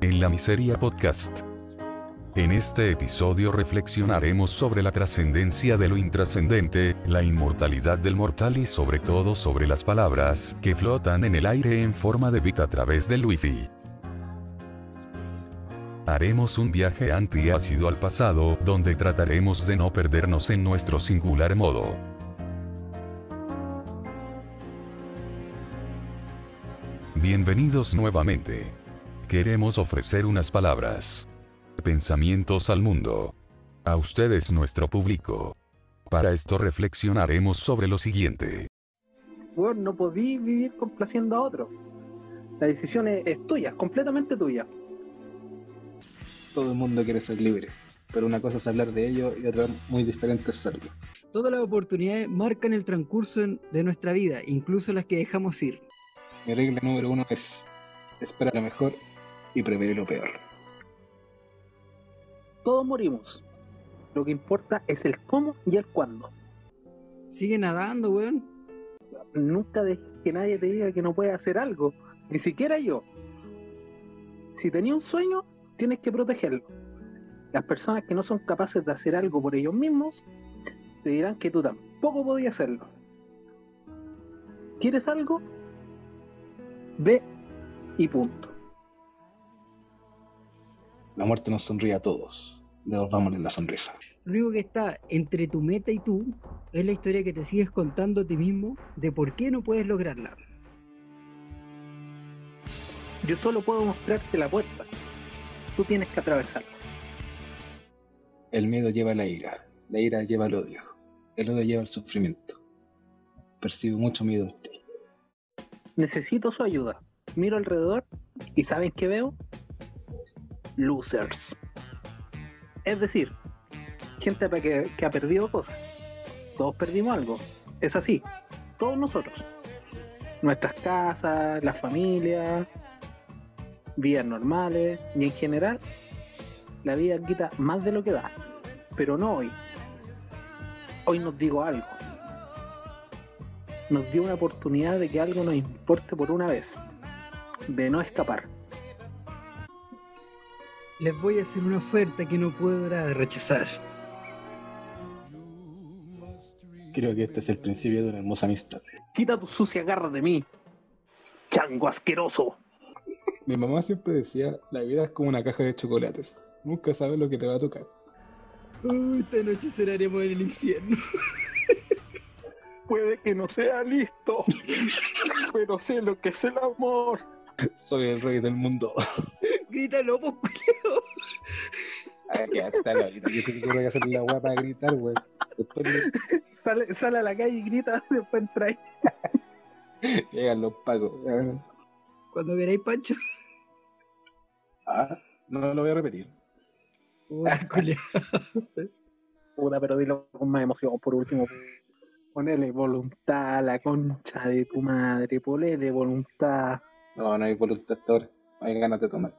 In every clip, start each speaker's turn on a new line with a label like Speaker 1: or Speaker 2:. Speaker 1: En la Miseria Podcast. En este episodio reflexionaremos sobre la trascendencia de lo intrascendente, la inmortalidad del mortal y sobre todo sobre las palabras que flotan en el aire en forma de bit a través del wifi. Haremos un viaje antiácido al pasado, donde trataremos de no perdernos en nuestro singular modo. Bienvenidos nuevamente. Queremos ofrecer unas palabras pensamientos al mundo. A ustedes nuestro público. Para esto reflexionaremos sobre lo siguiente.
Speaker 2: Bueno, no podí vivir complaciendo a otro. La decisión es, es tuya, completamente tuya.
Speaker 3: Todo el mundo quiere ser libre, pero una cosa es hablar de ello y otra muy diferente es serlo.
Speaker 4: Todas las oportunidades marcan el transcurso en- de nuestra vida, incluso las que dejamos ir.
Speaker 3: Mi regla número uno es espera lo mejor y prevé lo peor.
Speaker 2: Todos morimos. Lo que importa es el cómo y el cuándo.
Speaker 4: Sigue nadando, weón.
Speaker 2: Nunca dejes que nadie te diga que no puedes hacer algo, ni siquiera yo. Si tenías un sueño, tienes que protegerlo. Las personas que no son capaces de hacer algo por ellos mismos, te dirán que tú tampoco podías hacerlo. ¿Quieres algo? Ve y punto.
Speaker 3: La muerte nos sonríe a todos. Devolvámosle la sonrisa.
Speaker 4: Lo único que está entre tu meta y tú es la historia que te sigues contando a ti mismo de por qué no puedes lograrla.
Speaker 2: Yo solo puedo mostrarte la puerta. Tú tienes que atravesarla.
Speaker 3: El miedo lleva a la ira. La ira lleva al odio. El odio lleva al sufrimiento. Percibo mucho miedo en ti.
Speaker 2: Necesito su ayuda. Miro alrededor y ¿saben qué veo? Losers. Es decir, gente pa- que, que ha perdido cosas. Todos perdimos algo. Es así. Todos nosotros. Nuestras casas, las familias, vidas normales y en general, la vida quita más de lo que da. Pero no hoy. Hoy nos digo algo nos dio una oportunidad de que algo nos importe por una vez, de no escapar.
Speaker 4: Les voy a hacer una oferta que no podrá rechazar.
Speaker 3: Creo que este es el principio de una hermosa amistad.
Speaker 2: Quita tu sucia garra de mí, chango asqueroso.
Speaker 3: Mi mamá siempre decía, la vida es como una caja de chocolates. Nunca sabes lo que te va a tocar.
Speaker 4: Uy, esta noche cenaremos en el infierno.
Speaker 2: Puede que no sea listo, pero sé lo que es el amor.
Speaker 3: Soy el rey del mundo.
Speaker 4: Grítalo, pues,
Speaker 3: Ay, Ah, ya está la vida. Yo creo que voy a hacer la guapa a gritar, güey. Después le-
Speaker 2: Sale, sale a la calle y grita, después entra ahí.
Speaker 3: llegan los pagos.
Speaker 4: Cuando queráis, Pancho.
Speaker 3: Ah, no lo voy a repetir.
Speaker 4: Uy,
Speaker 2: Ah.
Speaker 4: culiao.
Speaker 2: Puta, pero dilo con más emoción, por último. Ponele voluntad a la concha de tu madre, ponele voluntad.
Speaker 3: No, no hay voluntad hasta ahora. No hay ganas de tomar.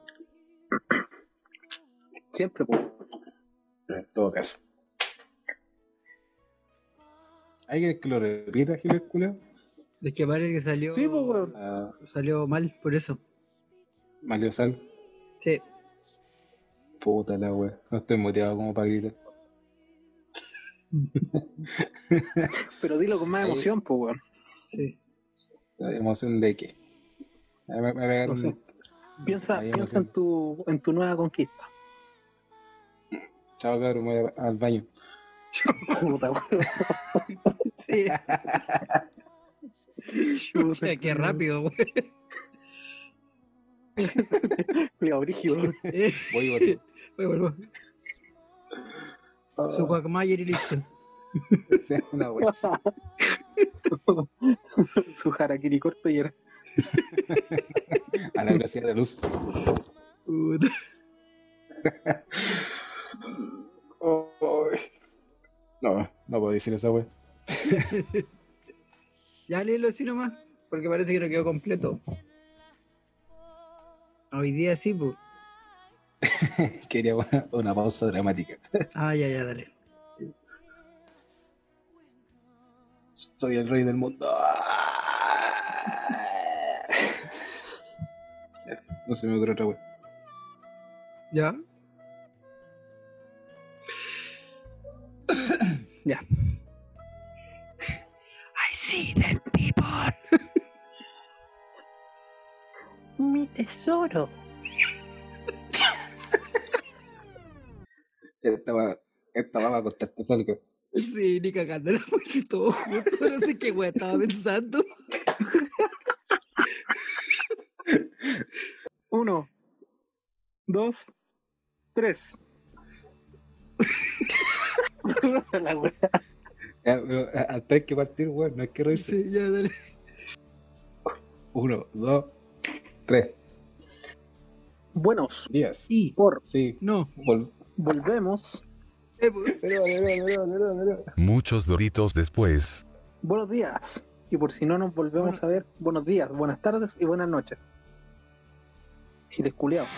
Speaker 2: Siempre, po.
Speaker 3: Pero en todo caso. ¿Hay que que lo repita, Gil Culeo?
Speaker 4: Es que parece que salió,
Speaker 2: Sí, pues, weón.
Speaker 3: Ah,
Speaker 4: salió mal, por eso.
Speaker 3: Mario Sal.
Speaker 4: Sí.
Speaker 3: Puta la wea. No estoy motivado como para gritar.
Speaker 2: Pero dilo con más
Speaker 3: Ahí.
Speaker 2: emoción, po, weón.
Speaker 4: Sí.
Speaker 3: La emoción de qué. Ahí Me, me pegaron-
Speaker 2: No sé. Piensa,
Speaker 3: Ahí
Speaker 2: piensa en
Speaker 3: emoción.
Speaker 2: tu, en tu nueva conquista.
Speaker 3: Chao, cabrón, me voy a- al baño.
Speaker 2: Puta, weón.
Speaker 4: Sí. Chucha, qué rápido, güey.
Speaker 2: Culiao, brígido.
Speaker 4: Eh,
Speaker 3: Voy, voy.
Speaker 4: voy, voy, voy. Su guacamayer y listo.
Speaker 3: Una wea.
Speaker 2: Su harakiri corto y era.
Speaker 3: A la velocidad de la luz.
Speaker 4: Puta.
Speaker 3: Ay. No, no puedo decir esa wea.
Speaker 4: Ya léelo así nomás, porque parece que no quedó completo. Hoy día sí, pues.
Speaker 3: Quería una, una pausa dramática.
Speaker 4: Ah, ya, ya, dale.
Speaker 3: Soy el rey del mundo. Ya, no se me ocurre otra wea.
Speaker 4: ¿Ya? ya. I see dead people.
Speaker 2: Mi tesoro.
Speaker 3: Esta va, esta va a costar que salga.
Speaker 4: Sí, ni cagando la puse todo junto. No sé qué wea estaba pensando.
Speaker 2: Uno, dos, tres. La wea.
Speaker 3: Ya, pero a- Hasta hay que partir, weón. No hay que reírse.
Speaker 4: Sí, ya, dale.
Speaker 3: Uno, dos, tres.
Speaker 2: Buenos,
Speaker 3: Días.
Speaker 4: Sí,
Speaker 2: por
Speaker 3: Sí.
Speaker 4: no.
Speaker 3: Vol-
Speaker 2: volvemos.
Speaker 4: Eh, pues,
Speaker 3: Pero, pero, pero, pero, pero.
Speaker 1: Muchos doritos después.
Speaker 2: Buenos días. Y por si no nos volvemos a ver, buenos días, buenas tardes y buenas noches. Y desculeado.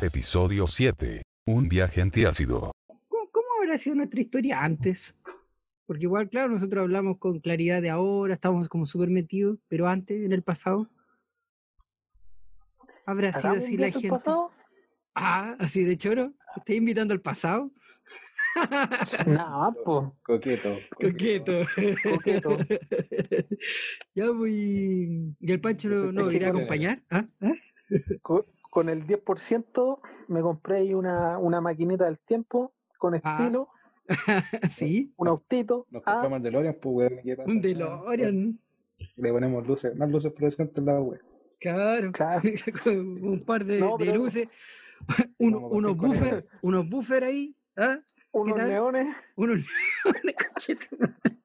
Speaker 1: Episodio 7. Un viaje antiácido.
Speaker 4: ¿Cómo, cómo habrá sido nuestra historia antes? Porque igual, claro, nosotros hablamos con claridad de ahora, estamos como súper metidos, pero antes, en el pasado. ¿Habrá sido
Speaker 2: ¿Hagamos un
Speaker 4: así la
Speaker 2: viaje al
Speaker 4: gente?
Speaker 2: pasado?
Speaker 4: Ah, así de choro. ¿Estoy invitando al pasado?
Speaker 2: Nah, po.
Speaker 3: Coqueto.
Speaker 4: Coqueto.
Speaker 2: Coqueto.
Speaker 4: ya voy. ¿Y el Pancho
Speaker 3: Ese
Speaker 4: no, no
Speaker 3: técnico
Speaker 4: irá a
Speaker 3: de-
Speaker 4: acompañar? ¿Ah? ¿Ah?
Speaker 2: Co- Con el 10% me compré ahí una, una maquinita del tiempo con
Speaker 4: Ah.
Speaker 2: estilo,
Speaker 4: Sí,
Speaker 2: un autito.
Speaker 3: Nos
Speaker 2: Ah,
Speaker 3: compramos el DeLorean, pues, weón. ¿qué pasa?
Speaker 4: un DeLorean.
Speaker 3: Le ponemos luces, más luces fluorescentes en la web.
Speaker 4: Claro.
Speaker 2: claro.
Speaker 4: Con un par de,
Speaker 2: No,
Speaker 4: de
Speaker 2: pero-
Speaker 4: luces, un-
Speaker 3: Vamos a
Speaker 4: unos
Speaker 3: partir con
Speaker 4: buffers, unos buffers ahí, ¿ah?
Speaker 2: unos
Speaker 4: tal?
Speaker 2: neones,
Speaker 4: unos neones, cachete.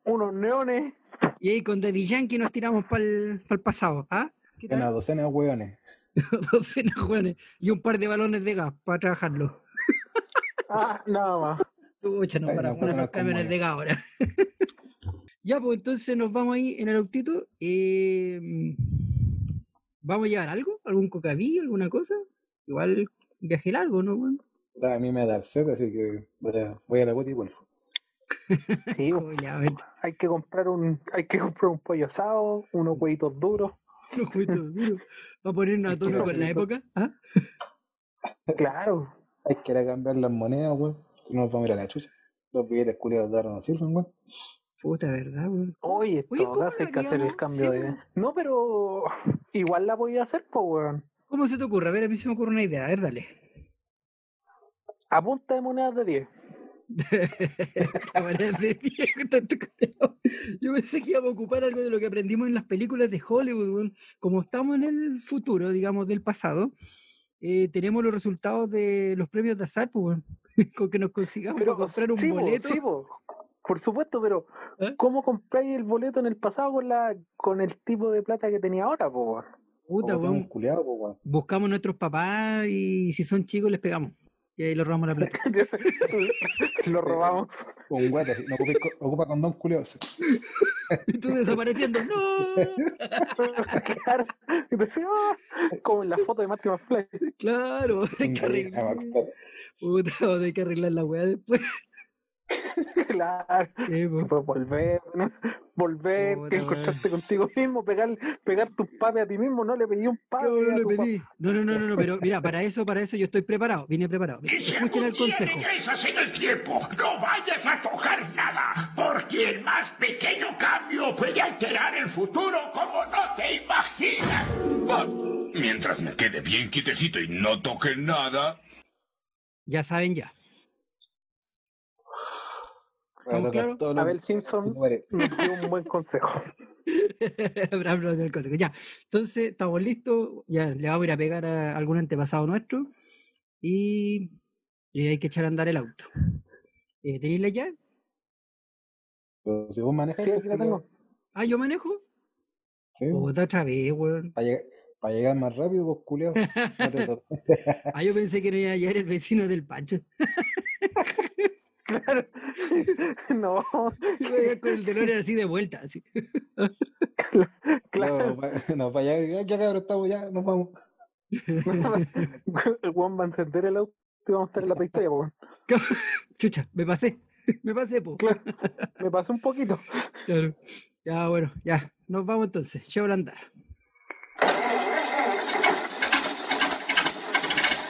Speaker 2: unos neones.
Speaker 4: y ahí con Daddy Yankee nos tiramos para el pasado, ¿ah? ¿Qué tal?
Speaker 3: Una docena de weones.
Speaker 4: Docenas, weones, y un par de balones de gas para trabajarlo.
Speaker 2: Ah, nada más.
Speaker 4: Pucha, nos
Speaker 3: Ay,
Speaker 4: para
Speaker 3: no,
Speaker 4: poner
Speaker 3: para
Speaker 4: los
Speaker 3: con
Speaker 4: camiones de
Speaker 3: mono.
Speaker 4: gas ahora. ya, pues entonces nos vamos ahí en el autito. eh, ¿Vamos a llevar algo? ¿Algún cocaví? ¿Alguna cosa? Igual viaje largo, ¿no? weón?
Speaker 3: Da, A mí me da sed, así que voy a, voy a la web y vuelvo.
Speaker 2: Sí, po.
Speaker 4: Obviamente.
Speaker 2: hay que comprar un, hay que comprar un pollo asado, unos
Speaker 4: Mm.
Speaker 2: huevitos duros.
Speaker 4: Los juguitos duros. Va a ponernos a
Speaker 3: Es que
Speaker 4: tono
Speaker 3: los
Speaker 4: con la
Speaker 3: juguitos-
Speaker 4: época. ¿Ah?
Speaker 2: Claro.
Speaker 3: Hay que ir a cambiar las monedas, weón. Si no nos vamos a ir a la chucha. Los billetes culiados de ahora no sirven, weón.
Speaker 4: Puta, ¿verdad? weón?
Speaker 2: Oye,
Speaker 4: Oye,
Speaker 2: esto
Speaker 4: ¿cómo
Speaker 2: acá
Speaker 4: lo
Speaker 2: hay que hacer el
Speaker 4: haríamos?
Speaker 2: cambio
Speaker 4: Sí,
Speaker 2: de.
Speaker 4: po.
Speaker 2: No, pero igual la podía hacer, po, weón.
Speaker 4: ¿Cómo se te ocurre? A ver, a mí se me ocurre una idea. A ver, dale.
Speaker 2: A punta de monedas de 10.
Speaker 4: Esta manera de decir que tanto creo. Yo pensé que íbamos a ocupar algo de lo que aprendimos en las películas de Hollywood. weón. Como estamos en el futuro, digamos, del pasado, eh, tenemos los resultados de los premios de azar, pues, weón. con que nos consigamos para comprar un
Speaker 2: sí, po,
Speaker 4: boleto.
Speaker 2: sí, po. Por supuesto, pero
Speaker 4: ¿Eh?
Speaker 2: ¿cómo compráis el boleto en el pasado con la con el tipo de plata que tenía ahora, po, weón?
Speaker 4: Puta,
Speaker 2: Oh,
Speaker 3: Como tenemos
Speaker 4: weón.
Speaker 3: culiado, pues, weón.
Speaker 4: Buscamos a nuestros papás y si son chicos les pegamos. Y ahí les robamos la plata.
Speaker 2: Lo robamos.
Speaker 3: Un guate, no ocupes co- ocupa condón culiado.
Speaker 4: Y tú desapareciendo. ¡No!
Speaker 2: claro. Y decía, "Ah", como en la foto de Marty McFly.
Speaker 4: Claro, hay que arreglar. Puta, vamos a tener que arreglar la weá después.
Speaker 2: Claro.
Speaker 4: Eh, po.
Speaker 2: Pues volver, ¿no? volver,
Speaker 4: Puta,
Speaker 2: que
Speaker 4: weón.
Speaker 2: encontrarte contigo mismo, pegar, pegar tus papes a ti mismo, no le pedí un pape
Speaker 4: Cabrón,
Speaker 2: a
Speaker 4: le
Speaker 2: tu papá.
Speaker 4: pedí. No, no, no, no, no, pero mira, para eso, para eso yo estoy preparado, vine preparado. Mira, Escuchen el
Speaker 5: Algún día
Speaker 4: consejo.
Speaker 5: regresas en el tiempo. No vayas a coger nada, porque el más pequeño cambio puede alterar el futuro como no te imaginas. mientras me quede bien quietecito y no toque nada.
Speaker 4: Ya saben ya. ¿Estamos claros?
Speaker 2: Abel Simpson nos dio un buen consejo.
Speaker 4: Habrá hablado del consejo. Ya. Entonces, estamos listos. Ya le vamos a ir a pegar a algún antepasado nuestro. Y Y hay que echar a andar el auto. Eh, ¿Tenéis la llave?
Speaker 3: Pero si vos manejas,
Speaker 2: Sí,
Speaker 3: pues,
Speaker 2: aquí la
Speaker 3: culiao.
Speaker 2: tengo.
Speaker 4: Ah, yo manejo.
Speaker 3: Sí,
Speaker 2: ¿Eh?
Speaker 4: Puta, otra vez, weón.
Speaker 3: para, llegar, para llegar más rápido, vos culiao. No te to-
Speaker 4: Ah, yo pensé que no iba a llegar el vecino del Pancho.
Speaker 2: Claro. no,
Speaker 4: Iba a llegar con el dolor así de vuelta, así.
Speaker 2: claro.
Speaker 3: No, pa- no, para allá, ya cabrón, estamos ya, nos vamos.
Speaker 2: el Juan va a encender el auto y vamos a estar en la prehistoria, po, weón.
Speaker 4: Chucha, me pasé. Me pasé, po.
Speaker 2: Claro. Me pasó un poquito.
Speaker 4: Claro. Ya, bueno, ya. Nos vamos entonces. Llevo al andar.
Speaker 3: Vamos,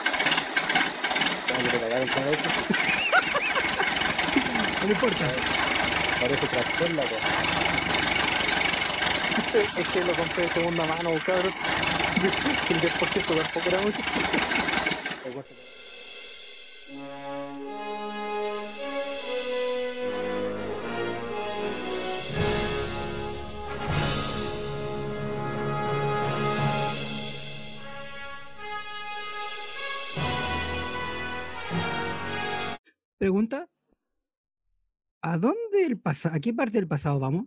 Speaker 3: que te cagaron con eso,
Speaker 4: No me importa.
Speaker 3: Parece tractor la cosa.
Speaker 2: Es que lo compré de segunda mano, cabrón. El 10% tampoco era mucho.
Speaker 3: La cosa-
Speaker 4: Pregunta. ¿A dónde el pasado? ¿A qué parte del pasado vamos?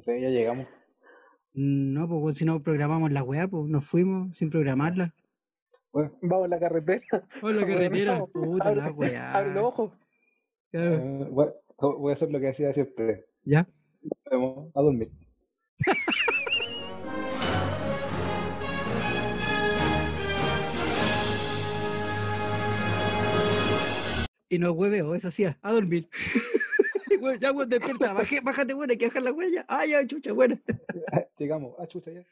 Speaker 3: Sí, ya llegamos.
Speaker 4: No, pues weón, si no programamos la weá, pues nos fuimos sin programarla.
Speaker 3: Bueno,
Speaker 2: Vamos a la carretera.
Speaker 4: Oh, la
Speaker 2: Bueno,
Speaker 4: carretera,
Speaker 2: no,
Speaker 4: puta la weá.
Speaker 2: Abre los ojos.
Speaker 4: Claro,
Speaker 3: eh, voy, voy a hacer lo que hacía siempre.
Speaker 4: Ya.
Speaker 3: Vamos a dormir.
Speaker 4: Y nos hueveó, eso hacía, a dormir. Weón, ya, weón, despierta, bajé, bájate, buena, hay que bajar la huella. Ah, ya, chucha, buena.
Speaker 3: Llegamos. Ah, chucha, ya.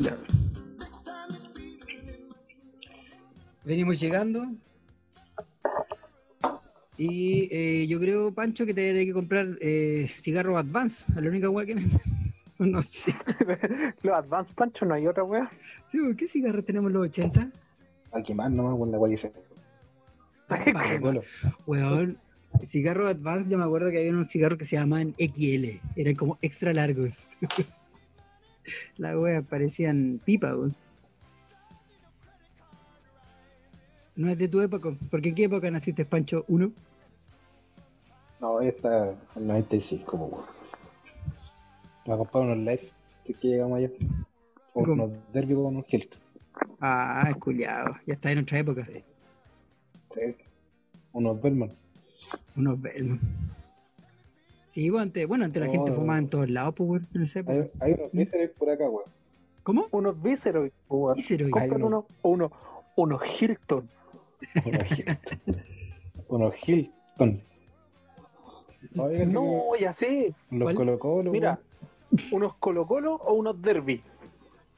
Speaker 4: Ya. Venimos llegando. Y eh, yo creo, Pancho, que te hay que comprar eh, cigarro Advance. Es la única hueá que me. No sé.
Speaker 2: Los Advance Pancho, no hay otra wea.
Speaker 4: Sí, ¿por ¿Qué cigarros tenemos los 80?
Speaker 3: A quemar nomás con la guay esa.
Speaker 4: Pa' qué,
Speaker 3: Bueno,
Speaker 4: Weón, cigarro Advance, yo me acuerdo que había unos cigarros que se llamaban XL, eran como extra largos. La wea parecían pipa, weón. No es de tu época, porque ¿en qué época naciste, Pancho? ¿Uno?
Speaker 3: no, esta el 95, pues, weón. Me compraron unos live que que llegamos allá. Con
Speaker 4: ¿Cómo?
Speaker 3: unos derbios con un Hilton.
Speaker 4: Ah, culiado, ya está en otra época.
Speaker 3: Sí. Unos Berman.
Speaker 4: Unos Belmont. Sí, bueno, antes, bueno, antes la gente
Speaker 3: Oh. Eh.
Speaker 4: fumaba en todos lados, pues, weón, en esa época.
Speaker 3: Hay, hay unos Misery por acá, weón.
Speaker 4: ¿Cómo?
Speaker 2: Unos Viceroy, weón.
Speaker 4: Viceroy.
Speaker 3: Hay
Speaker 2: Compran uno,
Speaker 3: uno.
Speaker 2: uno, unos Hilton.
Speaker 3: Unos Hilton. unos Hilton. Oiga, sí,
Speaker 2: No, ya sé.
Speaker 3: Los
Speaker 4: ¿Cuál?
Speaker 3: colocó, los
Speaker 2: Mira, unos Colo Colo o unos Derby.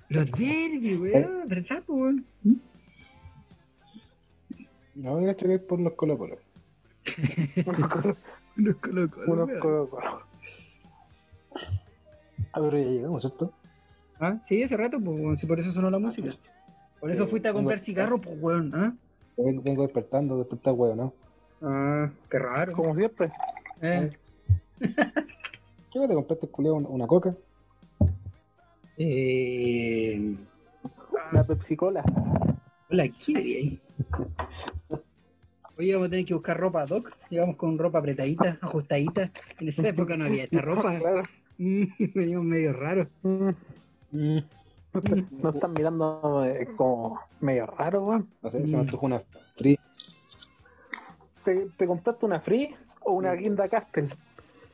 Speaker 4: Los Derby, weón, ¿verdad, po, weón?
Speaker 3: No, oiga, esto que es por los colocó.
Speaker 2: Unos Colo
Speaker 4: Unos Colo Colo,
Speaker 2: unos
Speaker 4: weón.
Speaker 2: Colo. Colo.
Speaker 3: Ah, pero ya llegamos, ¿cierto?
Speaker 4: Ah, sí, hace rato, pues, weón, si por eso sonó la música. Por eso
Speaker 3: Eh,
Speaker 4: fuiste a comprar
Speaker 3: bueno.
Speaker 4: cigarro, pues, weón, ¿ah?
Speaker 3: Vengo, vengo despertando, despertar, weón, ¿no?
Speaker 4: Ah, qué raro.
Speaker 2: Como siempre.
Speaker 4: Eh,
Speaker 3: ¿Qué hora te compraste, culiao, un- una coca?
Speaker 4: eh,
Speaker 2: La Pepsi Cola.
Speaker 4: hola, ¿qué de bien? Hoy vamos a tener que buscar ropa ad hoc. Llegamos con ropa apretadita, ajustadita. En esa época no había esta ropa.
Speaker 2: Claro.
Speaker 4: Mm, Veníamos medio raros.
Speaker 2: Mm,
Speaker 3: Mm.
Speaker 2: Nos están mirando eh, como medio raro, weón.
Speaker 3: No sé, se me
Speaker 4: Mm.
Speaker 3: antojó una free.
Speaker 2: ¿Te, te compraste una Free o una Guinda Castle?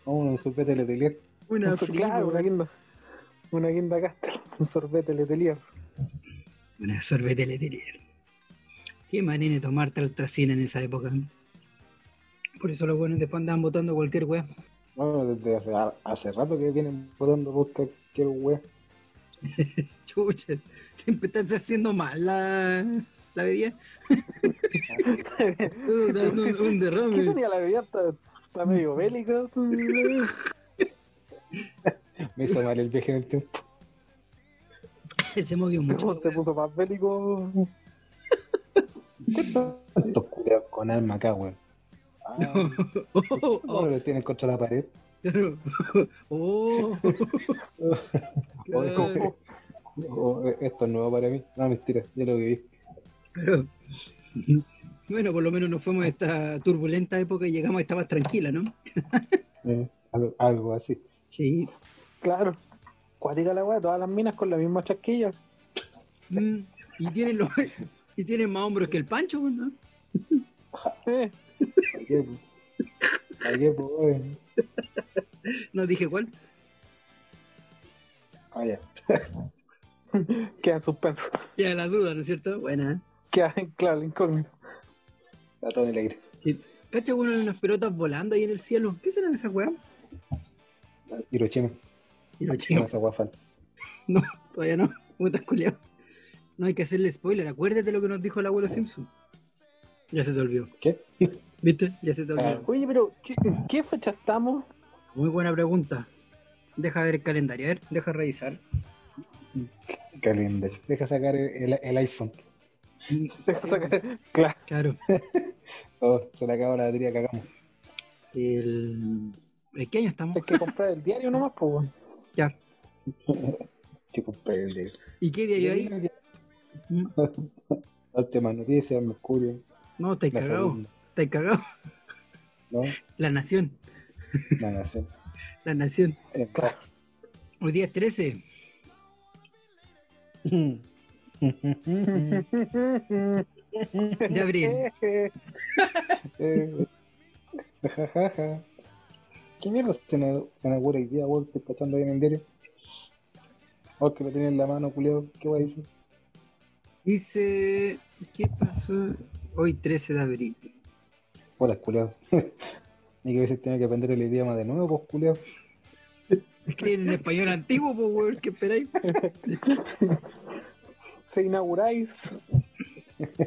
Speaker 3: No, un sorbete de letelier.
Speaker 4: Una
Speaker 2: Un sor-
Speaker 4: fría,
Speaker 2: claro, una
Speaker 4: weón.
Speaker 2: guinda. Una guinda Castle. Un sorbete letelier.
Speaker 4: Una sorbete letelier. Qué manera de tomar trasina en esa época. Por eso los buenos después andaban votando cualquier weón.
Speaker 3: Bueno, desde hace, hace rato que vienen botando por cualquier wea.
Speaker 4: Chucha, siempre estás haciendo mal la, la bebida. Uh, está dando un, un
Speaker 2: ¿Qué
Speaker 4: derrame.
Speaker 2: tenía la bebida? Está, está medio bélica.
Speaker 3: Me hizo mal el viaje en el tiempo.
Speaker 4: Se movió mucho.
Speaker 2: Se puso más bélico.
Speaker 3: Tantos culiados con alma acá, weón. Ah,
Speaker 4: Oh,
Speaker 3: ¿Cómo lo tienen contra la pared?
Speaker 4: claro. Oh. Claro.
Speaker 3: Oh, esto es nuevo para mí. No, mentira, yo lo viví.
Speaker 4: Pero, bueno, por lo menos nos fuimos a esta turbulenta época y llegamos a esta más tranquila, ¿no?
Speaker 3: Eh, al- algo así.
Speaker 4: Sí.
Speaker 2: Claro. Cuática la weá, todas las minas con la misma chasquilla.
Speaker 4: Mm, y, tienen los, y tienen más hombros que el Pancho, ¿no?
Speaker 2: Eh,
Speaker 3: ¿Para qué, po? ¿Para qué, po, weón?
Speaker 4: No dije cuál.
Speaker 3: Ah, ya.
Speaker 2: queda en suspenso.
Speaker 4: Ya la duda, ¿no es cierto? Buena.
Speaker 2: Queda en claro, la incógnita.
Speaker 3: Está todo en el aire.
Speaker 4: ¿Cacha, bueno, unas pelotas volando ahí en el cielo? ¿Qué serán esas weas?
Speaker 3: Hiroshima.
Speaker 4: Y
Speaker 3: No,
Speaker 4: los chicos,
Speaker 3: esa guafal.
Speaker 4: todavía no. Putas culiao. No hay que hacerle spoiler. Acuérdate lo que nos dijo el abuelo Simpson. Ya se te olvidó.
Speaker 3: ¿Qué?
Speaker 4: ¿Viste? Ya se te olvidó.
Speaker 2: Oye, pero ¿qué, en qué fecha estamos?
Speaker 4: Muy buena pregunta. Deja ver el calendario, a ver, deja revisar.
Speaker 3: Calendario. Deja sacar el, el- el iPhone.
Speaker 4: Mm,
Speaker 2: claro.
Speaker 4: Claro.
Speaker 3: Oh, se le acaba la batería, cagamos.
Speaker 4: El... ¿En qué año estamos?
Speaker 2: Hay que comprar el diario nomás, pues. weón.
Speaker 4: Ya.
Speaker 3: Chico, pendejo.
Speaker 4: ¿Y qué diario hay? Mm,
Speaker 3: Últimas noticias, Mercurio.
Speaker 4: No, estáis
Speaker 3: La
Speaker 4: cagado.
Speaker 3: segunda,
Speaker 4: Estáis cagado.
Speaker 3: ¿no?
Speaker 4: La Nación.
Speaker 3: La nación.
Speaker 4: La Nación.
Speaker 3: Eh,
Speaker 2: Claro.
Speaker 4: Hoy día es 13.
Speaker 3: eh,
Speaker 4: De abril.
Speaker 3: Eh, jajaja. ¿Qué mierda se na- se inaugura hoy día, weón? Estoy cachando ahí en el diario. Oh, que lo tiene en la mano, culiao. ¿Qué va a decir?
Speaker 4: Dice, ¿qué pasó? Hoy 13 de abril.
Speaker 3: Hola, culiao. Ni que a veces tenga que aprender el idioma de nuevo, pues, culiao.
Speaker 4: Escriben en español antiguo, pues, weón, ¿qué esperáis?
Speaker 2: Se inauguráis.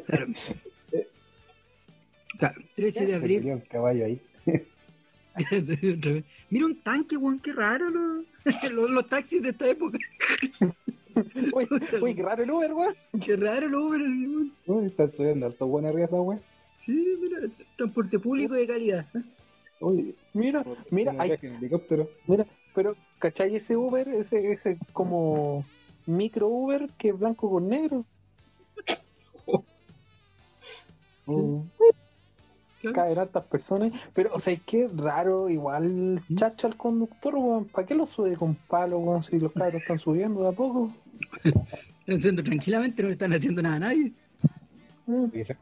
Speaker 4: Claro. Claro, 13 de
Speaker 3: Se
Speaker 4: abril.
Speaker 3: culiao un caballo ahí.
Speaker 4: Otra vez. Mira un tanque, weón, qué raro los, los, los taxis de esta época.
Speaker 2: Uy, uy, qué raro el Uber, weón.
Speaker 4: Qué raro los Uber, así, weón.
Speaker 3: Uy, están subiendo harto buena arriba esa weá.
Speaker 4: Sí, mira, transporte público de calidad.
Speaker 3: Uy,
Speaker 2: Mira, mira,
Speaker 3: una
Speaker 2: hay,
Speaker 3: viaje en helicóptero.
Speaker 2: pero, ¿cachai ese Uber? Ese, ese como micro Uber que es blanco con negro.
Speaker 3: Oh,
Speaker 2: caen altas personas, pero o sea, es que raro, igual chacha al conductor, weón, ¿para qué lo sube con palo, weón, si los cabros están subiendo de a poco?
Speaker 4: Están siendo tranquilamente, no le están haciendo nada a nadie.
Speaker 2: Mm.
Speaker 3: quizá,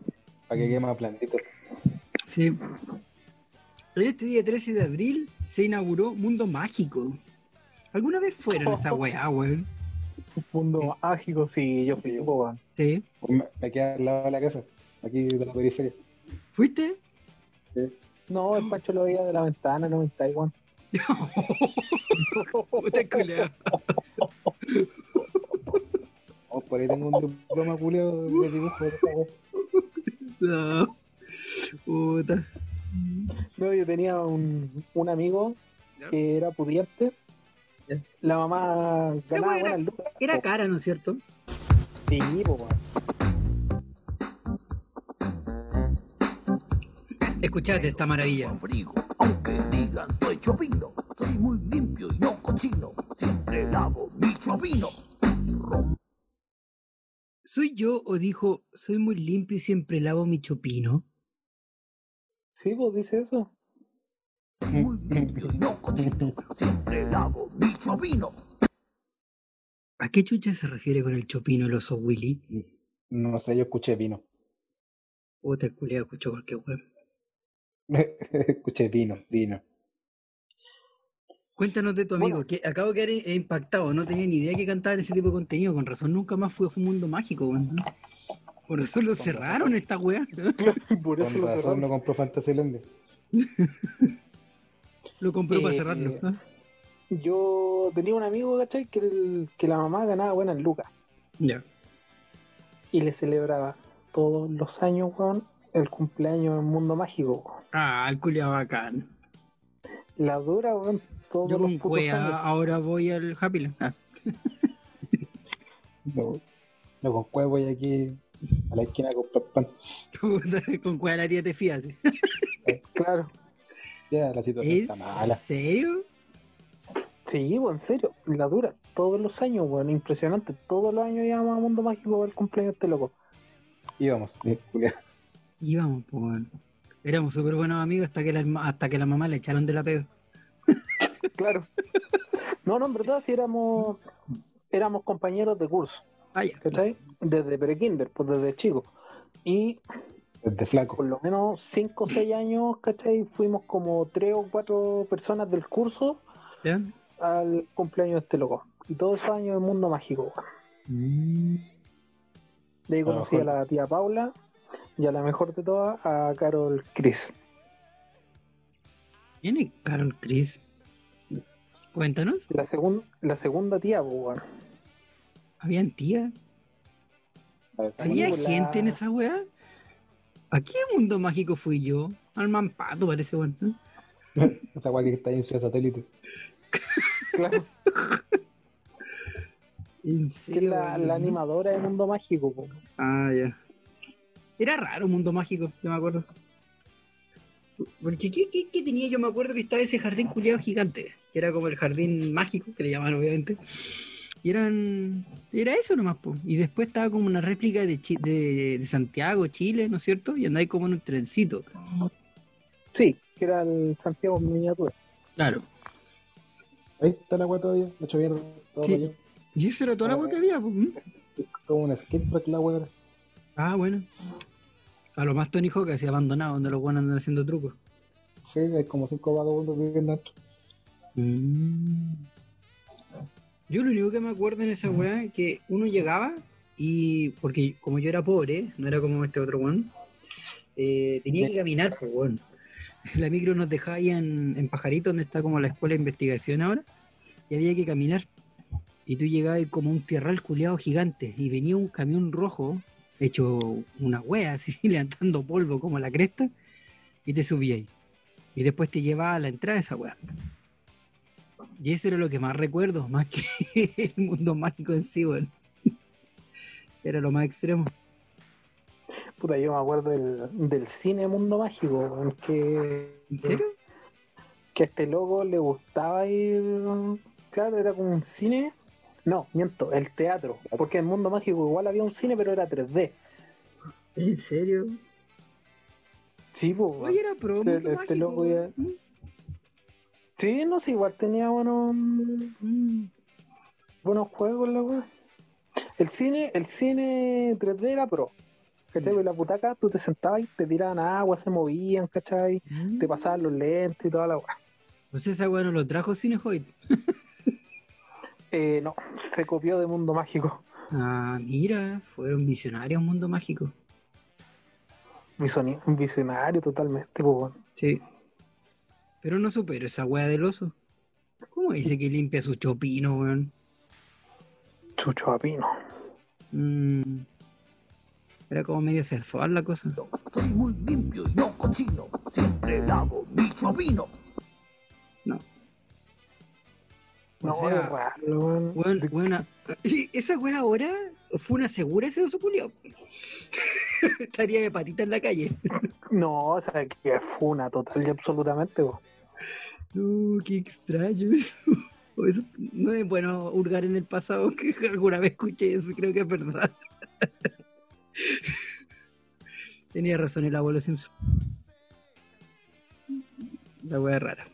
Speaker 3: Para que quede más plantito.
Speaker 4: Sí. En este día 13 de abril se inauguró Mundo Mágico. ¿Alguna vez fueron a esa weá, weón?
Speaker 2: Un mundo mágico, sí, yo fui, weón.
Speaker 4: Sí.
Speaker 3: Pues Me, me queda al lado de la casa, aquí de la periferia.
Speaker 4: ¿Fuiste?
Speaker 3: Sí.
Speaker 2: No, el Pancho lo veía de la ventana, no me está igual.
Speaker 4: Puta culiao.
Speaker 3: Oh, por ahí tengo un diploma culiado de dibujo de esa weá.
Speaker 4: No. Puta.
Speaker 2: No, yo tenía un, un amigo que era pudiente.
Speaker 4: Ya.
Speaker 2: La mamá ganaba
Speaker 4: weón era-
Speaker 2: buenas lucas.
Speaker 4: Era cara, ¿no es cierto?
Speaker 2: Sí, po, weón.
Speaker 4: Escuchate esta maravilla.
Speaker 6: abrigo, aunque digan soy chopino, soy muy limpio y no cochino, siempre lavo mi chopino.
Speaker 4: ¿Soy yo o dijo, soy muy limpio y siempre lavo mi chopino?
Speaker 2: Sí, pues dice eso.
Speaker 6: Muy limpio y no cochino, siempre lavo mi chopino.
Speaker 4: ¿A qué chucha se refiere con el chopino el oso Willy?
Speaker 3: No sé, yo escuché vino.
Speaker 4: Puta culiao, escuchó cualquier weón.
Speaker 3: escuché vino, vino.
Speaker 4: Cuéntanos de tu amigo,
Speaker 2: Bueno.
Speaker 4: que acabo de quedar eh, impactado, no tenía ni idea que cantaban ese tipo de contenido, con razón nunca más fui a un mundo mágico, weón. Por eso lo
Speaker 3: razón.
Speaker 4: cerraron esta weá.
Speaker 2: Por eso
Speaker 3: Con
Speaker 2: lo
Speaker 3: razón
Speaker 2: cerraron.
Speaker 3: no compró Fantasylandia.
Speaker 4: Lo compró para
Speaker 2: Eh,
Speaker 4: cerrarlo.
Speaker 2: eh.
Speaker 4: ¿ah?
Speaker 2: Yo tenía un amigo, ¿cachai? Que, el- que la mamá ganaba buenas lucas.
Speaker 4: Ya.
Speaker 2: y le celebraba todos los años, weón, el cumpleaños en Mundo Mágico, weón.
Speaker 4: Ah, el culiao bacán.
Speaker 2: La dura, weón. Todos
Speaker 4: Yo
Speaker 2: los
Speaker 4: con
Speaker 2: putos años.
Speaker 4: cuea ahora voy al Happy Land. Ah,
Speaker 3: No, no con cueva voy aquí a la esquina a comprar pan.
Speaker 4: puta, con cuea la tía te fías.
Speaker 2: Claro.
Speaker 3: Ya, la situación
Speaker 4: ¿En
Speaker 3: está mala.
Speaker 4: serio?
Speaker 2: Sí, bueno, en serio, la dura, todos los años, bueno, impresionante, todos los años íbamos a Mundo Mágico para el cumpleaños de este loco.
Speaker 3: Y vamos, eh, culiao.
Speaker 4: Íbamos, pues. bueno. Éramos súper buenos amigos hasta que, la, herma- hasta que la mamá la echaron de la pega.
Speaker 2: Claro. No, no, en verdad sí éramos, éramos compañeros de curso,
Speaker 4: Ah, ya.
Speaker 2: ¿cachai? Desde prekinder, pues desde chico. Y
Speaker 3: desde flaco.
Speaker 2: por lo menos 5 o 6 años, ¿cachai? Fuimos como 3 o 4 personas del curso
Speaker 4: ¿Ya?
Speaker 2: al cumpleaños de este loco. Y todos esos años en Mundo Mágico, weón.
Speaker 4: Mm.
Speaker 2: De ahí
Speaker 3: A lo
Speaker 2: conocí a
Speaker 3: mejor.
Speaker 2: la tía Paula y a la mejor de todas, a Carol Chris.
Speaker 4: ¿Quién es Carol Chris? Cuéntanos,
Speaker 2: La, segun- la segunda tía, pues, weón.
Speaker 4: ¿habían tía? ¿Había
Speaker 2: Sí, la-
Speaker 4: gente en esa weá? ¿A qué mundo mágico fui yo? Al mampato parece, weón. ¿no?
Speaker 3: Esa guay que está ahí en Ciudad Satélite.
Speaker 2: Claro,
Speaker 4: En
Speaker 2: que es
Speaker 4: serio,
Speaker 2: la,
Speaker 4: weón.
Speaker 2: la animadora de Mundo Mágico, pues.
Speaker 4: Ah, ya. Era raro mundo mágico, yo me acuerdo. Porque ¿qué, qué, qué tenía? Yo me acuerdo que estaba ese jardín culiado gigante, que era como el jardín mágico, que le llamaban obviamente. Y eran. Era eso nomás, po. Y después estaba como una réplica de, Chi- de, de Santiago, Chile, ¿no es cierto? Y andáis como en un trencito.
Speaker 2: Sí, que era el Santiago en miniatura.
Speaker 4: Claro.
Speaker 3: Ahí está la guay todavía, la hecho mierda. Todo
Speaker 4: Sí.
Speaker 3: cayó.
Speaker 4: Y eso era toda la agua que había, po. ¿Mm?
Speaker 3: Es como un skatepark la guay.
Speaker 4: Ah, bueno. A lo más Tony Hawk, así abandonado, donde los buenos andan haciendo trucos.
Speaker 3: Sí, hay como cinco vagabundos viviendo dentro.
Speaker 4: Yo lo único que me acuerdo en esa weá es que uno llegaba y, porque como yo era pobre, no era como este otro weón, eh, tenía que caminar, pues weón. La micro nos dejaba ahí en, en Pajarito, donde está como la escuela de investigación ahora, y había que caminar. Y tú llegabas como un tierral culeado gigante, y venía un camión rojo, hecho una wea, así levantando polvo como la cresta, y te subía ahí. Y después te llevaba a la entrada de esa weá. Y eso era lo que más recuerdo, más que el mundo mágico en sí, weón. Era lo más extremo.
Speaker 2: Puta, yo me acuerdo del, del cine Mundo Mágico, weón, que,
Speaker 4: ¿En serio?
Speaker 2: que a este loco le gustaba ir. Claro, era como un cine. No, miento, el teatro. Porque en Mundo Mágico igual había un cine, pero era 3D.
Speaker 4: ¿En serio?
Speaker 2: Sí, pues. weón.
Speaker 4: Oye, era pro
Speaker 2: Este-
Speaker 4: mundo
Speaker 2: este
Speaker 4: mágico.
Speaker 2: loco ya- Sí, no sé, igual tenía buenos,
Speaker 4: Mm, mm.
Speaker 2: buenos juegos, la weá. El cine, el cine 3D era pro. ¿Cachai? Y la butaca, tú te sentabas y te tiraban agua, se movían, ¿cachai? Te pasaban los lentes y toda la weá.
Speaker 4: mm. Pues esa weá no lo trajo Cine Hoyt.
Speaker 2: Eh, no, se copió de Mundo Mágico.
Speaker 4: Ah, mira, fueron visionarios mundo mágico.
Speaker 2: Visoni- Visionario totalmente, pues, weón.
Speaker 4: Sí. Pero no supero esa weá del oso. ¿Cómo dice que limpia su chopino, weón?
Speaker 2: Chucho Apino.
Speaker 4: Mm. Era como medio sexual la cosa.
Speaker 6: Soy muy limpio y no cochino. Siempre lavo mi chopino.
Speaker 4: O
Speaker 2: No,
Speaker 4: sea,
Speaker 2: es raro, weón.
Speaker 4: Weón, weona, esa wea ahora fue una segura ese oso culiao. Estaría de patita en la calle.
Speaker 2: No, o sea, que fue una total y absolutamente, weón.
Speaker 4: No, qué extraño eso. Eso no es bueno hurgar en el pasado, que alguna vez escuché eso, creo que es verdad. Tenía razón el abuelo Simpson. La wea rara.